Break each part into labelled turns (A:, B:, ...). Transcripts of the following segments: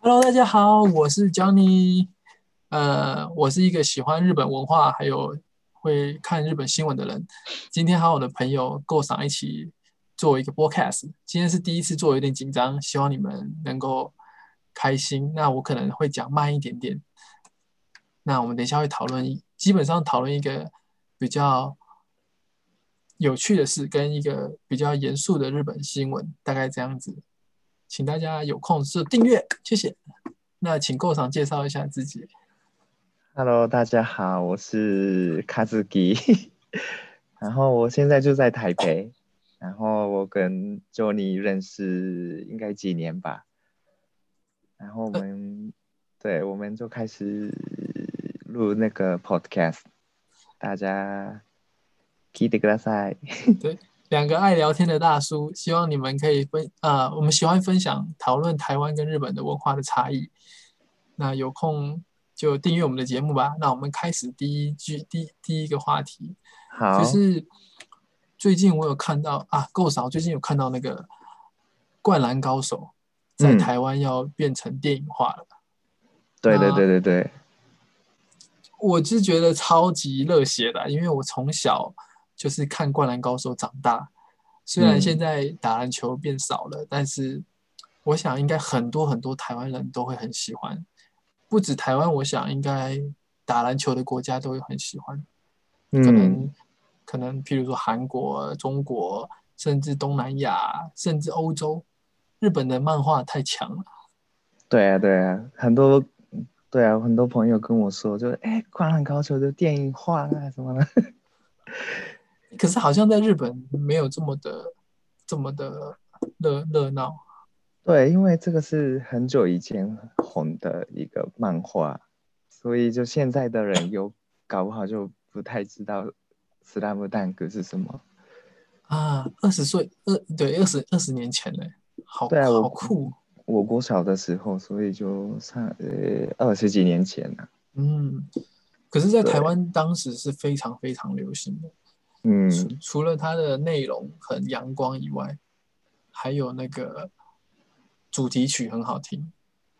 A: Hello，大家好，我是 Johnny。呃，我是一个喜欢日本文化，还有会看日本新闻的人。今天和我的朋友 Go 赏一起做一个 podcast。今天是第一次做，有点紧张，希望你们能够开心。那我可能会讲慢一点点。那我们等一下会讨论一，基本上讨论一个比较有趣的事，跟一个比较严肃的日本新闻，大概这样子。请大家有空就订阅，谢谢。那请构长介绍一下自己。
B: Hello，大家好，我是卡兹基，然后我现在就在台北，然后我跟 Johnny 认识应该几年吧，然后我们、对我们就开始录那个 podcast，大家聞いてください。
A: 两个爱聊天的大叔，希望你们可以分啊、我们喜欢分享讨论台湾跟日本的文化的差异。那有空就订阅我们的节目吧。那我们开始第一句第第一个话题，
B: 好，
A: 就是最近我有看到啊，够少，最近有看到那个《灌篮高手》在
B: 嗯
A: 台湾要变成电影化了。
B: 对对
A: 啊
B: 对对对，
A: 我是觉得超级热血的，因为我从小就是看《灌篮高手》长大。虽然
B: 嗯
A: 现在打篮球变少了，但是我想应该很多很多台湾人都会很喜欢，不止台湾，我想应该打篮球的国家都会很喜欢。可
B: 嗯
A: 能、可能，譬如说韩国、中国，甚至东南亚，甚至欧洲，日本的漫画太强了。
B: 对啊，对啊，很多对啊，很多朋友跟我说，就哎，《灌篮高手》的电影化啊什么的，
A: 可是好像在日本没有这么的这么的热热闹。
B: 对，因为这个是很久以前红的一个漫画，所以就现在的人有搞不好就不太知道《斯拉姆蛋克》是什么。
A: 啊，二十岁，二对，二十二十年前嘞，好
B: 对啊我
A: 好酷，
B: 我国小的时候，所以就上呃二十几年前了、
A: 嗯。可是，在
B: 对
A: 台湾当时是非常非常流行的，
B: 嗯，
A: 除除了它的内容很阳光以外，还有那个主题曲很好听，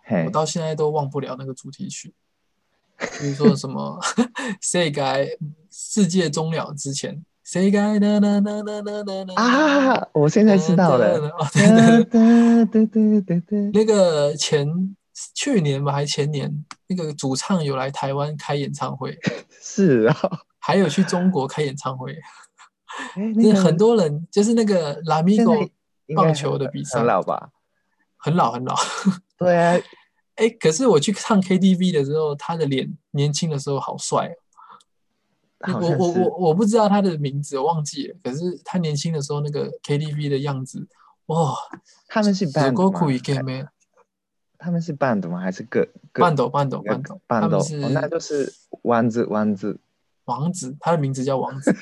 B: 嘿
A: 我，到现在都忘不了那个主题曲。比如说什么 谁该世界终了之前，谁该哒哒哒哒哒哒哒
B: 啊，我现在知道了。嗯
A: 哦，对对对
B: 哒。哒哒哒哒哒，
A: 那个前去年吧，还前年，那个主唱有来台湾开演唱会，
B: 是啊、 哦，
A: 还有去中国开演唱会，
B: 哎，那
A: 那
B: 个
A: 很多人就是那个拉米
B: 现在
A: 狗
B: 应该
A: 棒
B: 很
A: 球的比赛
B: 很，老吧？
A: 很老很老。
B: 对啊，
A: 哎，可是我去唱 KTV 的时候，他的脸年轻的时候好帅哦。
B: 好
A: 我
B: 像
A: 我
B: 是
A: 我我不知道他的名字，我忘记了。可是他年轻的时候那个 KTV 的样子，哇，
B: 他们是 band
A: 高
B: 吗
A: 酷一个妹，
B: 他们是 band 吗？还是个个
A: 半斗半斗半斗，他
B: 伴
A: 们
B: 奏
A: 是
B: 哦，那就是丸子丸子，
A: 王子，他的名字叫王 子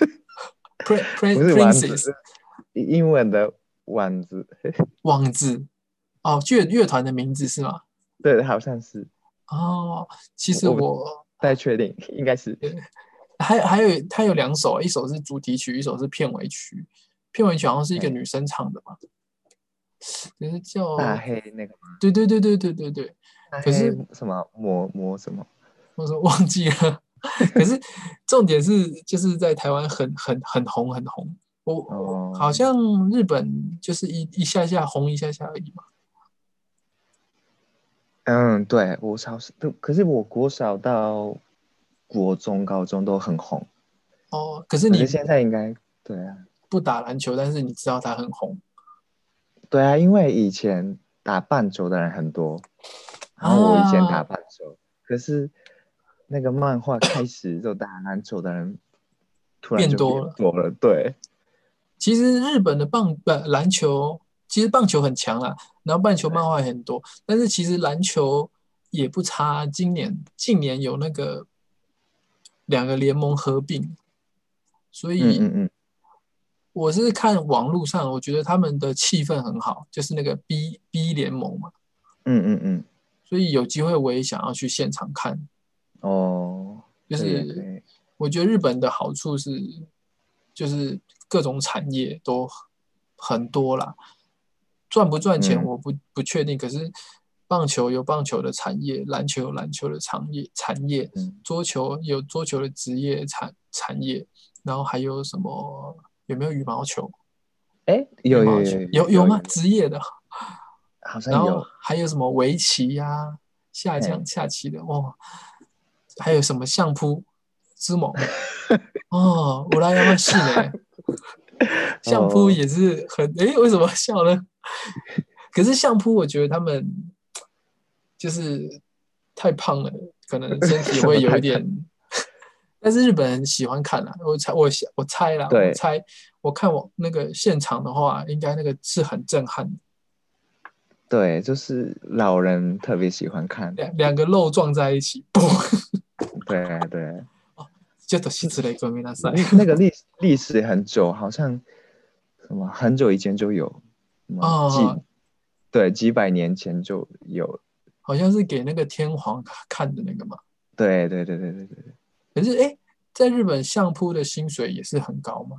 A: ，Prin
B: 不
A: Prin
B: 是丸子，
A: Princess
B: 是。英文的丸子，
A: 网子哦，乐乐团的名字是吗？
B: 对，好像是，
A: 哦，其实
B: 我不
A: 我
B: 不太确定， 应该是
A: 还还有它有两首，一首是主题曲，一首是片尾曲。片尾曲好像是一个
B: 哎
A: 女生唱的吧，就是叫
B: 大黑那个吗，
A: 对对对对对对对，
B: 大
A: 可是
B: 黑什么魔魔什么，
A: 我说忘记 了。可是重点是就是在台湾很很很红很红，我、我
B: 哦
A: 好像日本就是一一下下红一下下而已嘛。
B: 嗯，对我小时，可是我国小到国中、高中都很红，
A: 哦，可是
B: 可
A: 你
B: 是现在应该对啊，
A: 不打篮球，但是你知道它很红。
B: 对啊，因为以前打棒球的人很多，然后我以
A: 哦
B: 前打棒球，可是那个漫画开始就打篮球的人突然
A: 变
B: 就
A: 多了
B: 变多了，对，
A: 其实日本的棒不篮球，其实棒球很强啦，然后棒球漫画也很多，但是其实篮球也不差。今年近年有那个两个联盟合并，所
B: 嗯
A: 以
B: 嗯嗯，
A: 我是看网络上，我觉得他们的气氛很好，就是那个 B B 联盟嘛，
B: 嗯嗯嗯，
A: 所以有机会我也想要去现场看。
B: 哦，
A: 就
B: 可以可
A: 是
B: 以
A: 我觉得日本的好处是，就是各种产业都很多啦，赚不赚钱
B: 嗯
A: 我不不确定，可是棒球有棒球的产业，篮球有篮球的产业产业，
B: 嗯
A: 桌球有桌球的职业产产业，然后还有什么？有没有羽毛球？
B: 哎，有
A: 羽毛
B: 有
A: 球
B: 有
A: 有
B: 有
A: 吗？职业的，
B: 好像
A: 然后
B: 有，
A: 还有什么围棋呀、下降
B: 嗯
A: 下棋的哦，还有什么相扑、之猛 哦，我来要不要信呢？相扑
B: 哦
A: 也是很诶，为什么笑呢？可是相扑，我觉得他们就是太胖了，可能身体会有一点。 但是日本人喜欢看啦，啊我猜我想我猜啦，
B: 对
A: 我猜我看我那个现场的话，应该那个是很震撼的。
B: 对，就是老人特别喜欢看，
A: 两两个肉撞在一起，嘣，
B: 对对。
A: 就都是之类革命大赛。
B: 那个历历史很久，好像什么很久以前就有，什么
A: 哦
B: 几对几百年前就有，
A: 好像是给那个天皇看的那个嘛。
B: 对对对对对对，
A: 可是哎、诶在日本相扑的薪水也是很高嘛？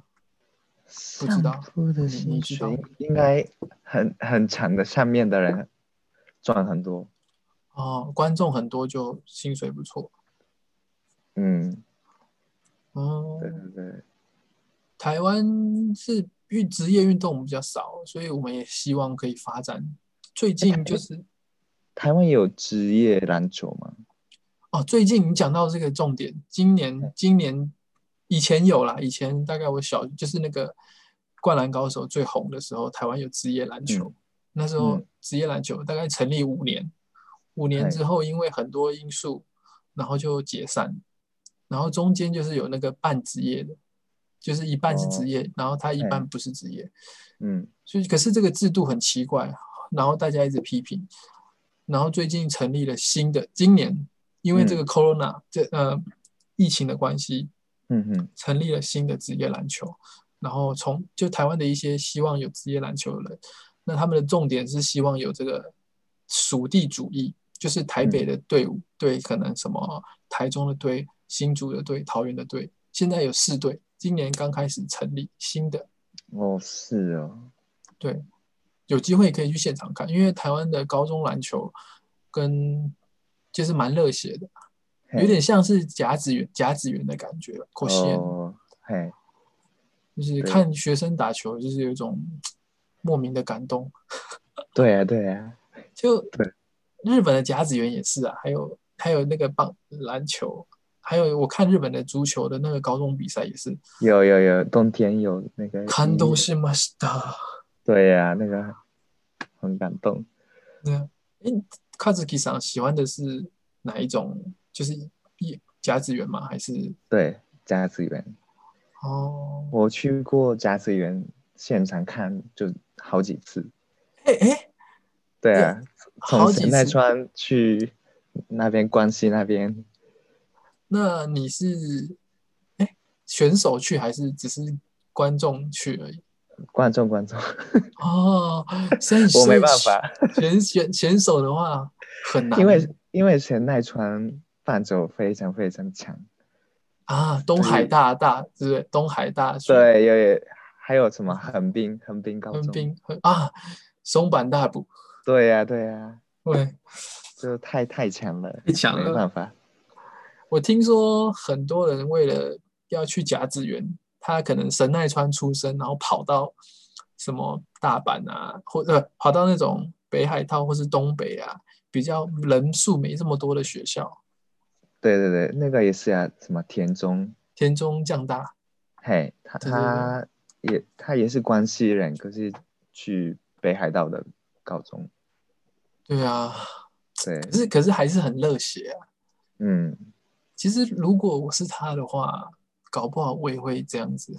B: 不
A: 知道
B: 的
A: 你
B: 薪
A: 你知道
B: 水应该很很长的，上面的人赚很多，
A: 哦，观众很多就薪水不错。
B: 嗯，
A: 哦，
B: 对对对，
A: 台湾是运职业运动比较少，所以我们也希望可以发展。最近就是
B: 台湾有职业篮球吗？
A: 哦，最近你讲到这个重点，今年今年以前有啦，以前大概我小就是那个《灌篮高手》最红的时候，台湾有职业篮球，那时候
B: 嗯
A: 职业篮球大概成立五年，五年之后因为很多因素，然后就解散，然后中间就是有那个半职业的，就是一半是
B: 哦
A: 职业，然后他一半
B: 嘿
A: 不是职业，
B: 嗯，
A: 所以可是这个制度很奇怪，啊然后大家一直批评，然后最近成立了新的，今年因为这个 corona、这呃疫情的关系，
B: 嗯哼，
A: 成立了新的职业篮球，然后从就台湾的一些希望有职业篮球的人，那他们的重点是希望有这个属地主义，就是台北的队伍对可能什么台中的队、新竹的队、桃园的队，现在有四队，今年刚开始成立新的。
B: 哦是哦，
A: 对，有机会可以去现场看，因为台湾的高中篮球跟就是蛮热血的，
B: 嘿
A: 有点像是甲子园甲子园的感觉，可惜、
B: 哦，嘿，
A: 就是
B: 对
A: 看学生打球，就是有一种嘖莫名的感动。
B: 对啊对啊，
A: 就
B: 对
A: 日本的甲子园也是啊，还有还有那个棒篮球，还有我看日本的足球的那个高中比赛也是，
B: 有有有，冬天有那个
A: 看都
B: 音乐
A: 是 master。
B: 对呀、那个很感动。
A: 对啊，哎，Kazuki 上喜欢的是哪一种？就是一甲子园吗？还是
B: 对，甲子园，
A: 哦？
B: 我去过甲子园现场看，就好几次。
A: 哎哎，
B: 对啊，从
A: 好几
B: 神奈
A: 次。
B: 川去那边关西那边，
A: 那你是哎选手去还是只是观众去而已？
B: 观众观众，
A: 哦，所以
B: 我
A: 所以
B: 没办法，
A: 选选选手的话很难，
B: 因为因为神奈川伴奏非常非常强。
A: 啊，东海
B: 对
A: 大大对不对？东海大学、
B: 对，有也还有什么横滨横滨高
A: 嗯横
B: 中。
A: 滨横啊，松坂大补，
B: 对呀、对呀、
A: 对，
B: 就太太强了，
A: 太强
B: 没
A: 了。
B: 办法。
A: 我听说很多人为了要去甲子园，他可能神奈川出生，然后跑到什么大阪啊，或者、呃跑到那种北海道或是东北啊，比较人数没这么多的学校，
B: 对对对，那个也是啊，什么田中
A: 田中降大
B: 嘿，他
A: 对对对
B: 他也他也是关西人，可是去北海道的高中，
A: 对啊，
B: 对，
A: 可是可是还是很热血啊。
B: 嗯，
A: 其实如果我是他的话，搞不好我也会这样子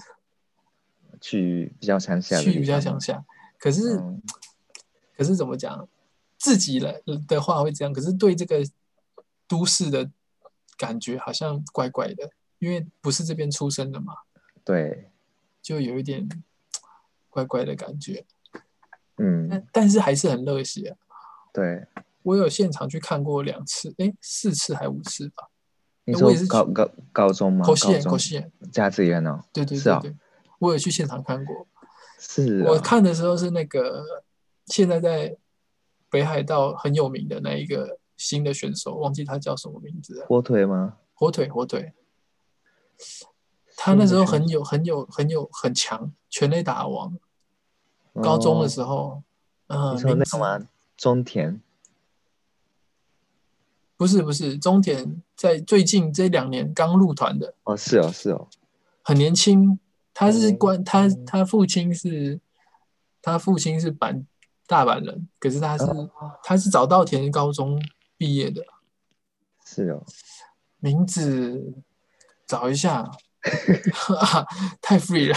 B: 去比较乡下的
A: 去
B: 地方
A: 比较乡，下。可是、
B: 嗯，
A: 可是怎么讲，自己人的话会这样，可是对这个都市的感觉好像怪怪的，因为不是这边出生的嘛，
B: 对，
A: 就有一点嘖怪怪的感觉。
B: 嗯，
A: 但但是还是很热血啊、
B: 对，
A: 我有现场去看过两次，哎，四次还五次吧。
B: 你
A: 我
B: 说
A: 也是
B: 高高高中吗？
A: 口
B: 高
A: 西眼，
B: 中
A: 口西眼，
B: 甲子园哦，
A: 对对
B: 是
A: 对
B: 啊
A: 对，我有去现场看过。
B: 是
A: 我
B: 哦，
A: 看的时候是那个现在在北海道很有名的那一个新的选手，忘记他叫什么名字了。
B: 火腿吗？
A: 火腿，火腿，他那时候很有很有很有很强，全垒打王。高中的时候，嗯、
B: 哦，
A: 呃，
B: 你说那
A: 名字
B: 个吗？中田
A: 不是不是，中田在最近这两年刚入团的，
B: 哦，是哦，是哦，
A: 很年轻。他是
B: 嗯
A: 关他他父亲是，他父亲是板大阪人，可是他是、
B: 哦
A: 他是早稻田高中毕业的，
B: 是哦，
A: 名字找一下， 太 free 了。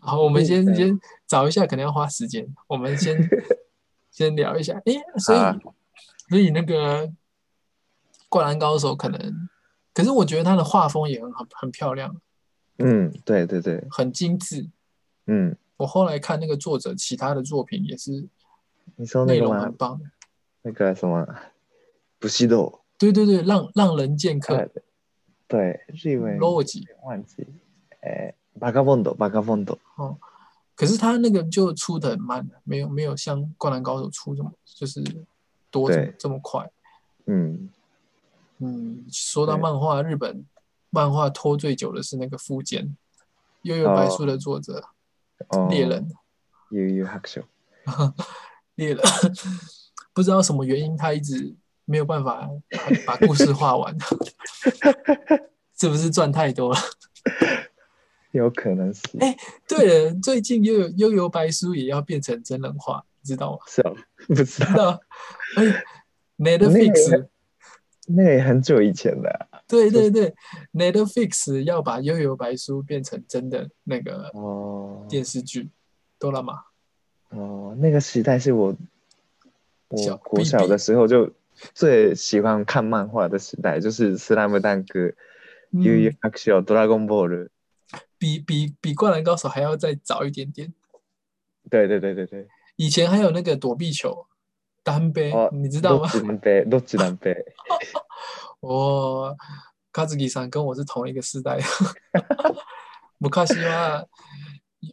A: 好，我们先
B: 嗯
A: 先找一下，可能要花时间。我们 先先聊一下。诶，所以、
B: 好啊
A: 所以那个《灌篮高手》可能，可是我觉得他的画风也很很很漂亮，
B: 嗯，对对对，
A: 很精致。
B: 嗯，
A: 我后来看那个作者其他的作品也是
B: 你说
A: 内
B: 那个
A: 容很
B: 吗？
A: 棒。
B: 那个什么，不西豆，
A: 对对对，让让人剑
B: 呃
A: 客
B: 对，日文
A: l 吉。
B: 忘记，哎，巴卡蹦斗，巴卡蹦斗，
A: 可是他那个就出的很慢，没有没有像《灌篮高手》出这么就是多这么
B: 对
A: 这么快。
B: 嗯，
A: 嗯，说到
B: 对
A: 漫画，日本漫画拖最久的是那个富坚，悠悠白书的作者
B: 哦，
A: 猎人，
B: 悠悠白书，
A: 猎人 不知道什么原因，他一直没有办法把把故事画 完，是不是赚太多了？
B: 有可能是，
A: 哎对了，最近悠悠悠悠白书也要变成真人化，你知道吗？
B: 是哦，不知道，
A: 那哎，Netflix
B: 那个也很久以前的啊，
A: 对对对，Netflix 要把悠悠白书变成真的那个
B: 哦，
A: 电视剧，哆啦 A 梦
B: 哦，那个时代是我
A: 小
B: 我国小的时候就最喜欢看漫画的时代，就是《斯拉姆蛋克》
A: 嗯
B: 《悠悠白书》《ドラゴンボール》。
A: 比比比《灌篮高手》还要再早一点点。
B: 对对对对对，
A: 以前还有那个躲避球单杯，
B: 哦
A: 你知道
B: ど
A: 吗
B: っ？ちなんて、どっちなんて。
A: 我卡ズキさ哦ん跟我是同一个世 代。 昔は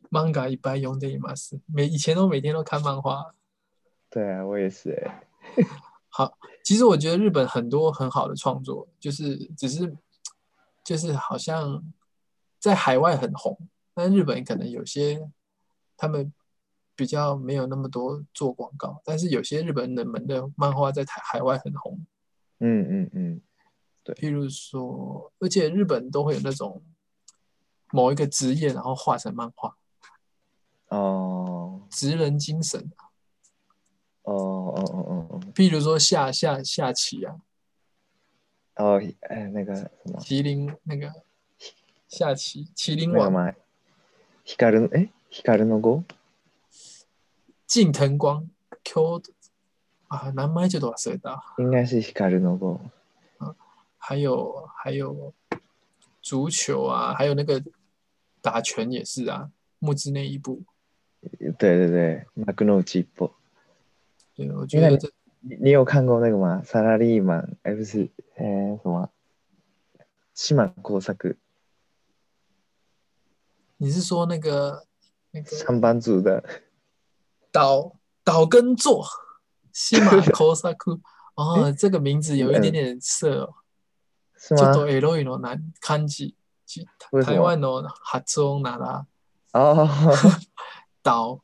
A: 漫画いっぱい読んでいます。每以前都每天都看漫画。
B: 对啊，我也是哎。
A: 好，其实我觉得日本很多很好的创作，就是只是就是好像在海外很红，但日本可能有些他们比较没有那么多做广告，但是有些日本冷门的漫画在台海外很红，
B: 嗯嗯嗯，
A: 譬如说，而且日本都会有那种某一个职业，然后画成漫画，
B: 哦
A: 职人精神，
B: 哦哦哦哦哦
A: 譬如说下下下棋啊，
B: 哦，哎，那个什么，
A: 麒麟那个下棋，麒麟
B: 那个
A: 王。
B: 嘛，光の哎，光の子，
A: 近藤光 Q 啊，南麦就多少岁的，
B: 应该是光の子。
A: 还有还有足球啊，还有那个打拳也是啊，木之内一部。
B: 对对对，幕の内一歩。
A: 对，我觉得这
B: 你你有看过那个吗？サラリーマン，哎，不是，哎，什么？島耕作
A: 你是说那个那个
B: 上班族的，
A: 岛岛根座西马 Kosaku 哦，这个名字有一点点涩哦，
B: 是
A: ちょっと
B: 吗？
A: エロいの難漢字，其
B: 为什么
A: 台湾の発音なら
B: 哦，
A: 岛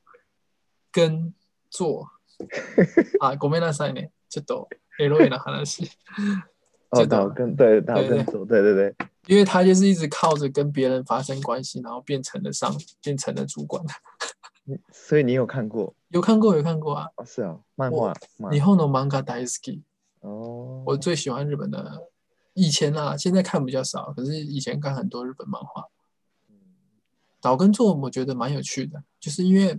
A: 跟座啊，ごめんなさいね。ちょっとエロいな話，
B: 哦，岛根，对，岛根族，对对对，
A: 因为他就是一直靠着跟别人发生关系，然后变成了上，变成了主管。
B: 所以你有看过？
A: 有看过，有看过啊。
B: 哦，是哦，漫画嘛
A: 以。啊后呢，manga d a i s k i
B: 哦，
A: 我最喜欢日本的，以前啊，现在看比较少，可是以前看很多日本漫画。岛根座我觉得蛮有趣的，就是因为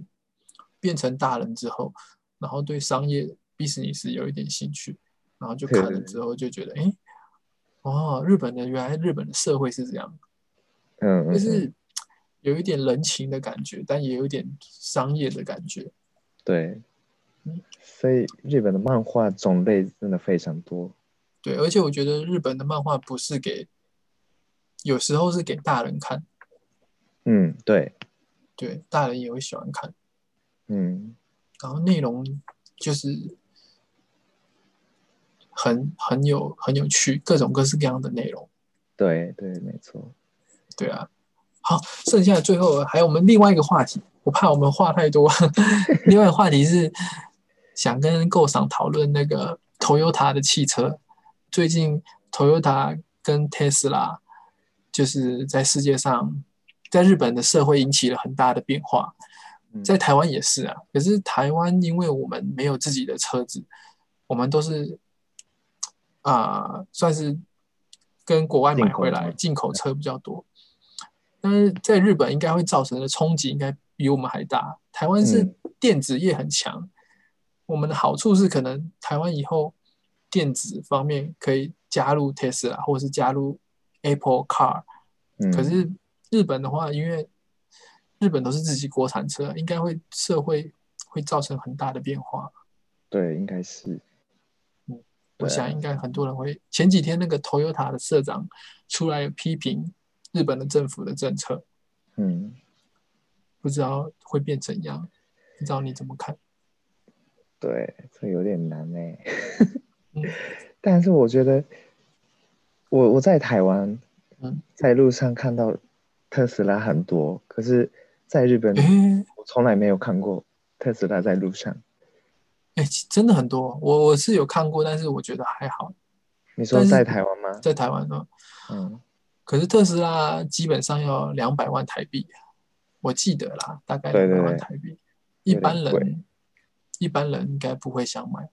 A: 变成大人之后，然后对商业 business 有一点兴趣，然后就看了之后就觉得，哎、哦，日本的原来日本的社会是这样，
B: 嗯，嗯
A: 就
B: 嗯
A: 是有一点人情的感觉，但也有一点商业的感觉。
B: 对
A: 嗯，
B: 所以日本的漫画种类真的非常多。
A: 对，而且我觉得日本的漫画不是给，有时候是给大人看，
B: 嗯，对，
A: 对，大人也会喜欢看。
B: 嗯，
A: 然后内容就是很很有很有趣，各种各式各样的内容。
B: 对对，没错。
A: 对啊，好，剩下的最后还有我们另外一个话题，我怕我们话太多。 另外一个话题是想跟购赏讨论那个 Toyota 的汽车，最近 Toyota 跟 Tesla 就是在世界上，在日本的社会引起了很大的变化，
B: 嗯
A: 在台湾也是啊。可是台湾因为我们没有自己的车子，我们都是啊、算是跟国外买回来进口车比较多。但是在日本应该会造成的冲击应该比我们还大。台湾是
B: 嗯
A: 电子业很强，我们的好处是可能台湾以后电子方面可以加入 Tesla 或是加入 Apple Car，
B: 嗯，
A: 可是日本的话，因为日本都是自己国产车，应该会社会会造成很大的变化。
B: 对，应该是
A: 我
B: 对啊
A: 想应该很多人会。前几天那个 Toyota 的社长出来批评日本的政府的政策，
B: 嗯。
A: 不知道会变怎样，不知道你怎么看？
B: 对，这有点难呢、
A: 嗯
B: 但是我觉得，我我在台湾，
A: 嗯
B: 在路上看到特斯拉很多，可是在日本，
A: 诶、
B: 我从来没有看过特斯拉在路上。
A: 诶、其真的很多，我我是有看过，但是我觉得还好，
B: 你说
A: 但是
B: 在台湾吗？
A: 在台湾呢。
B: 嗯，
A: 可是特斯拉基本上要两百万台币，啊我记得啦，大概
B: 对
A: 两
B: 对
A: 百
B: 对
A: 万台币，一般
B: 有点
A: 人一般人应该不会想买。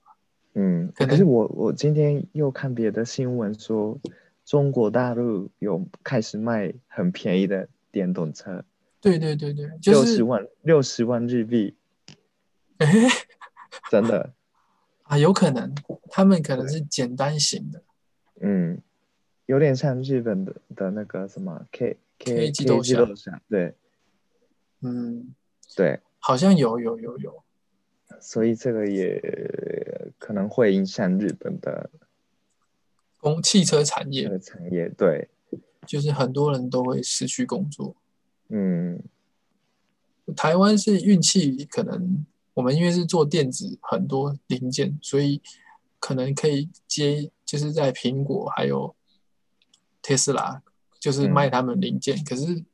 B: 嗯，
A: 可
B: 可
A: 能
B: 是我我今天又看别的新闻说，中国大陆有开始卖很便宜的电动车，
A: 对对对对，
B: 六
A: 就
B: 十
A: 是
B: 万六十万 日币，
A: 哎、
B: 真的，
A: 啊，有可能他们可能是简单型的
B: 嗯，有点像日本的的那个什么 K
A: K
B: K
A: 激斗
B: 激
A: 侠
B: 斗侠，对
A: 嗯，
B: 对，
A: 好像有有有有，
B: 所以这个也可能会影响日本的
A: 工汽车产
B: 这
A: 业
B: 个产业，对，
A: 就是很多人都会失去工作。
B: 嗯
A: 台湾是运气，可能我们因为是做电子很多零件，所以可能可以接，就是在苹果还有 Tesla，就是卖他们零件。可是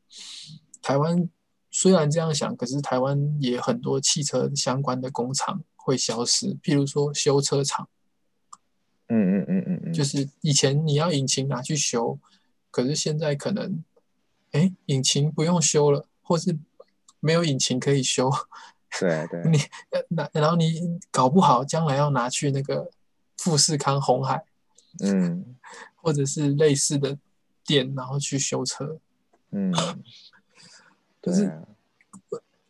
A: 台湾虽然这样想，可是台湾也很多汽车相关的工厂会消失，譬如说修车厂，
B: 嗯嗯嗯嗯嗯，
A: 就是以前你要引擎拿去修，可是现在可能，哎，引擎不用修了，或是没有引擎可以修。
B: 对对，
A: 你呃那然后你搞不好将来要拿去那个富士康、红海
B: 嗯
A: 或者是类似的店，然后去修车。
B: 嗯，
A: 就
B: 对
A: 是
B: 啊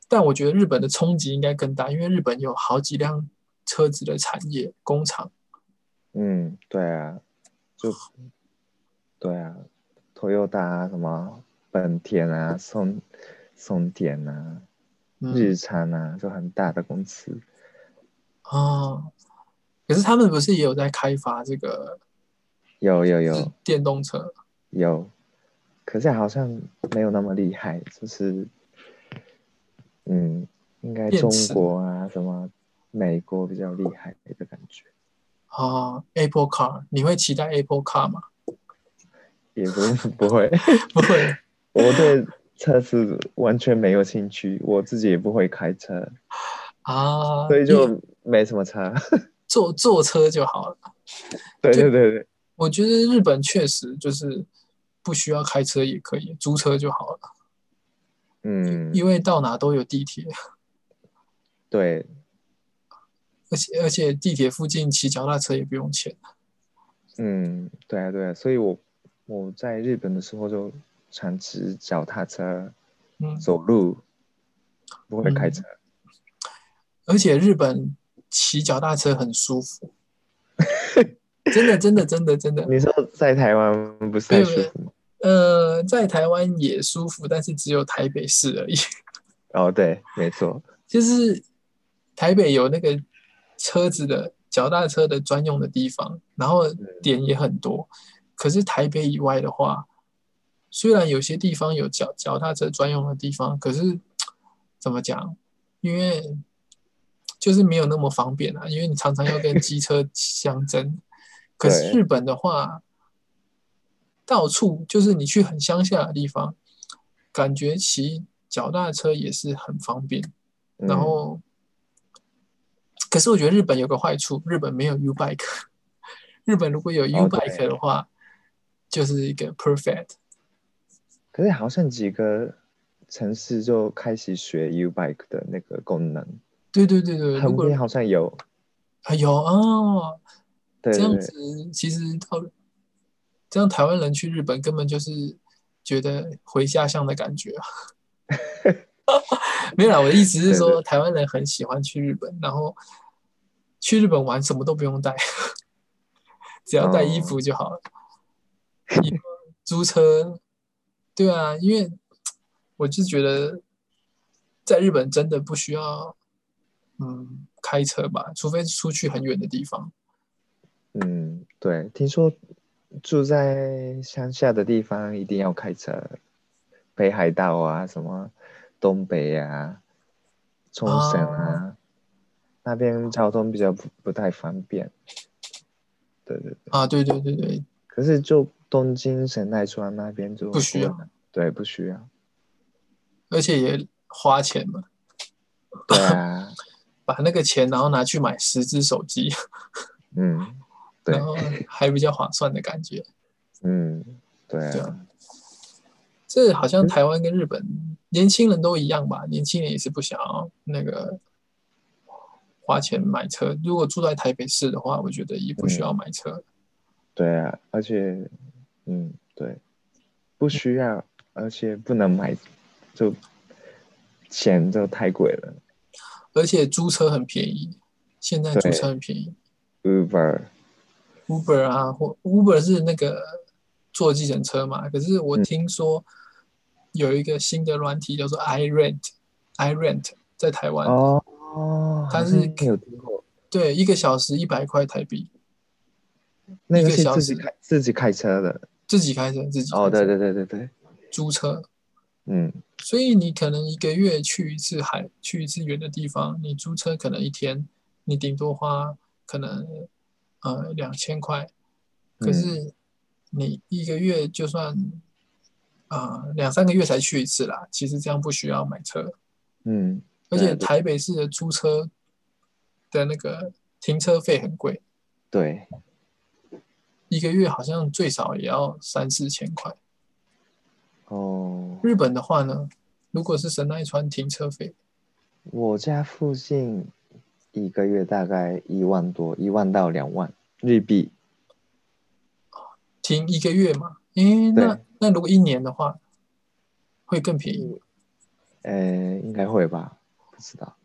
A: 但我觉得日本的冲击应该更大，因为日本有好几辆车子的产业工厂。
B: 嗯，对啊，就对啊，Toyota 啊，什么本田啊，松松田啊，
A: 嗯
B: 日产啊，就很大的公司。
A: 啊，可是他们不是也有在开发这个
B: 有有有
A: 自电动车？
B: 有，可是好像没有那么厉害，就是嗯，应该
A: 电
B: 中
A: 池
B: 国啊，什么美国比较厉害的感觉，
A: 啊，Apple Car，你会期待 Apple Car 吗？
B: 也不 不会，
A: 不会，
B: 我对车子完全没有兴趣，我自己也不会开车，
A: 啊，
B: 所以
A: 你
B: 就没什么车。
A: 坐坐车就好了。
B: 对
A: 就
B: 对对对，
A: 我觉得日本确实就是不需要开车也可以，租车就好了，
B: 嗯，
A: 因为到哪都有地铁，
B: 对
A: 而且而且地铁附近骑脚踏车也不用钱。
B: 嗯，对啊，对啊，所以我我在日本的时候就常骑脚踏车、
A: 嗯，
B: 走路，不会开
A: 嗯
B: 车。
A: 而且日本骑脚踏车很舒服，真的真的真的真的，
B: 你说在台湾不是太舒服吗？
A: 呃，在台湾也舒服，但是只有台北市而已。
B: 哦，对，没错，
A: 就是台北有那个车子的脚踏车的专用的地方，然后点也很多。可是台北以外的话，虽然有些地方有脚脚踏车专用的地方，可是怎么讲？因为就是没有那么方便啊，因为你常常要跟机车相争。可是
B: 对
A: 日本的话，到处就是你去很乡下的地方，感觉骑脚踏车也是很方便。
B: 嗯
A: 然后，可是我觉得日本有个坏处，日本没有 U bike。日本如果有 U
B: 哦
A: bike
B: 对
A: 的话，就是一个 perfect。
B: 可是好像几个城市就开始学 U bike 的那个功能，
A: 对对对对，如
B: 横
A: 果
B: 滨好像有，
A: 啊有哦，
B: 对
A: 这
B: 对
A: 样
B: 对，
A: 子其实到这样台湾人去日本根本就是觉得回家乡的感 觉啊。没有啦，我的意思是
B: 对
A: 说，台湾人很喜欢去日本，然后去日本玩什么都不用带， 只要带衣
B: 哦
A: 服就好了。衣服租车，对啊，因为我就觉得在日本真的不需要，嗯，开车吧，除非出去很远的地方。
B: 嗯，对，听说住在乡下的地方一定要开车，北海道啊，什么东北啊，冲绳
A: 哦
B: 啊，那边交通比较不不太方便。对对对，
A: 啊，对对对对，
B: 可是就东京神奈川那边就
A: 不需要
B: 会，对，不需要。
A: 而且也花钱嘛，
B: 对啊，
A: 把那个钱然后拿去买十只手机，
B: 嗯，对
A: 然，后还比较划算的感觉。
B: 嗯，对
A: 对
B: 啊
A: 啊，这好
B: 嗯
A: 像台湾跟日本年轻人都一样吧，年轻人也是不想要那个花钱买车。如果住在台北市的话，我觉得也不
B: 嗯
A: 需要买车。
B: 对啊，而且，嗯，对，不需要，而且不能买，就钱就太贵了。
A: 而且租车很便宜，现在租车很便宜
B: Uber，
A: ，Uber 啊，或 Uber 是那个坐计程车嘛。可是我
B: 嗯
A: 听说有一个新的软体叫做 iRent，iRent 在台湾，
B: 哦哦，
A: 它
B: 好
A: 是
B: 像有听过，
A: 对，一个小时一百块台币，
B: 那个
A: 一个
B: 是
A: 小
B: 自己
A: 时
B: 开自己开车的。
A: 自己开车自己
B: 哦，
A: 开车
B: 对对对对对，
A: 租车。
B: 嗯，
A: 所以你可能一个月去一次海，去一次远的地方，你租车可能一天，你顶多花可能呃两千块，可是你一个月就算啊两三个月才去一次啦，其实这样不需要买车，
B: 嗯，
A: 而且
B: 对对
A: 台北市的租车的那个停车费很贵，
B: 对，
A: 一个月好像最少也要三四千块。
B: 哦，
A: 日本的话呢，如果是神奈川停车费，
B: 我家附近一个月大概一万多，一万到两万日币。
A: 停一个月嘛？诶，那
B: 对嗯
A: 那如果一年的话，会更便宜。
B: 呃，应该会吧，不知道。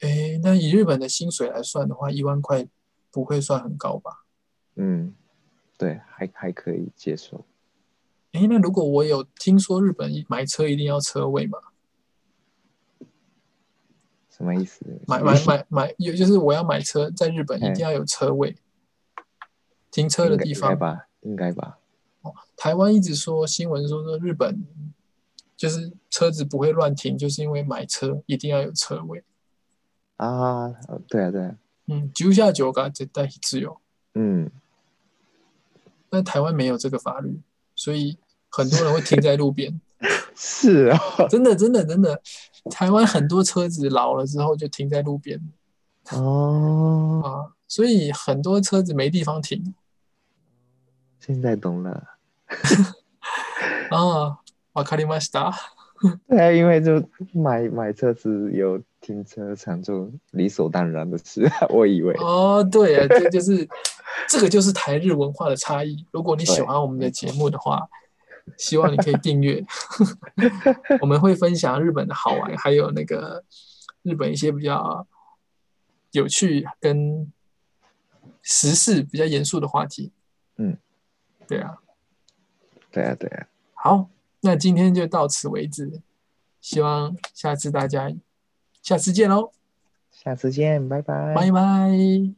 A: 诶，那以日本的薪水来算的话，一万块不会算很高吧？
B: 嗯，对，还还可以接受。
A: 诶，那如果我有听说日本买车一定要车位嘛？
B: 什么意思？
A: 买
B: 嗯
A: 买买买，有就是我要买车，在日本一定要有车位，停车的地
B: 应该
A: 方。
B: 吧，应该吧。
A: 台湾一直说新闻说说日本就是车子不会乱停，就是因为买车一定要有车位。
B: 啊，呃对啊，对啊，
A: 嗯，九下九が絶対必要。
B: 嗯，
A: 但台湾没有这个法律，所以很多人会停在路边。
B: 是啊，
A: 真的，真的，真的，台湾很多车子老了之后就停在路边
B: 哦，
A: 啊，所以很多车子没地方停
B: 现在懂了。
A: 啊。わかりました。
B: 对啊，因为就买买车子有停车场，就理所当然的事啊。我以为，
A: 哦，对啊，这就是这个就是台日文化的差异。如果你喜欢我们的节目的话，希望你可以订阅。我们会分享日本的好玩，还有那个日本一些比较有趣跟时事比较严肃的话题。
B: 嗯，
A: 对啊。
B: 对啊，对啊，
A: 好，那今天就到此为止，希望下次大家下次见喽，
B: 下次见，拜拜，
A: 拜拜。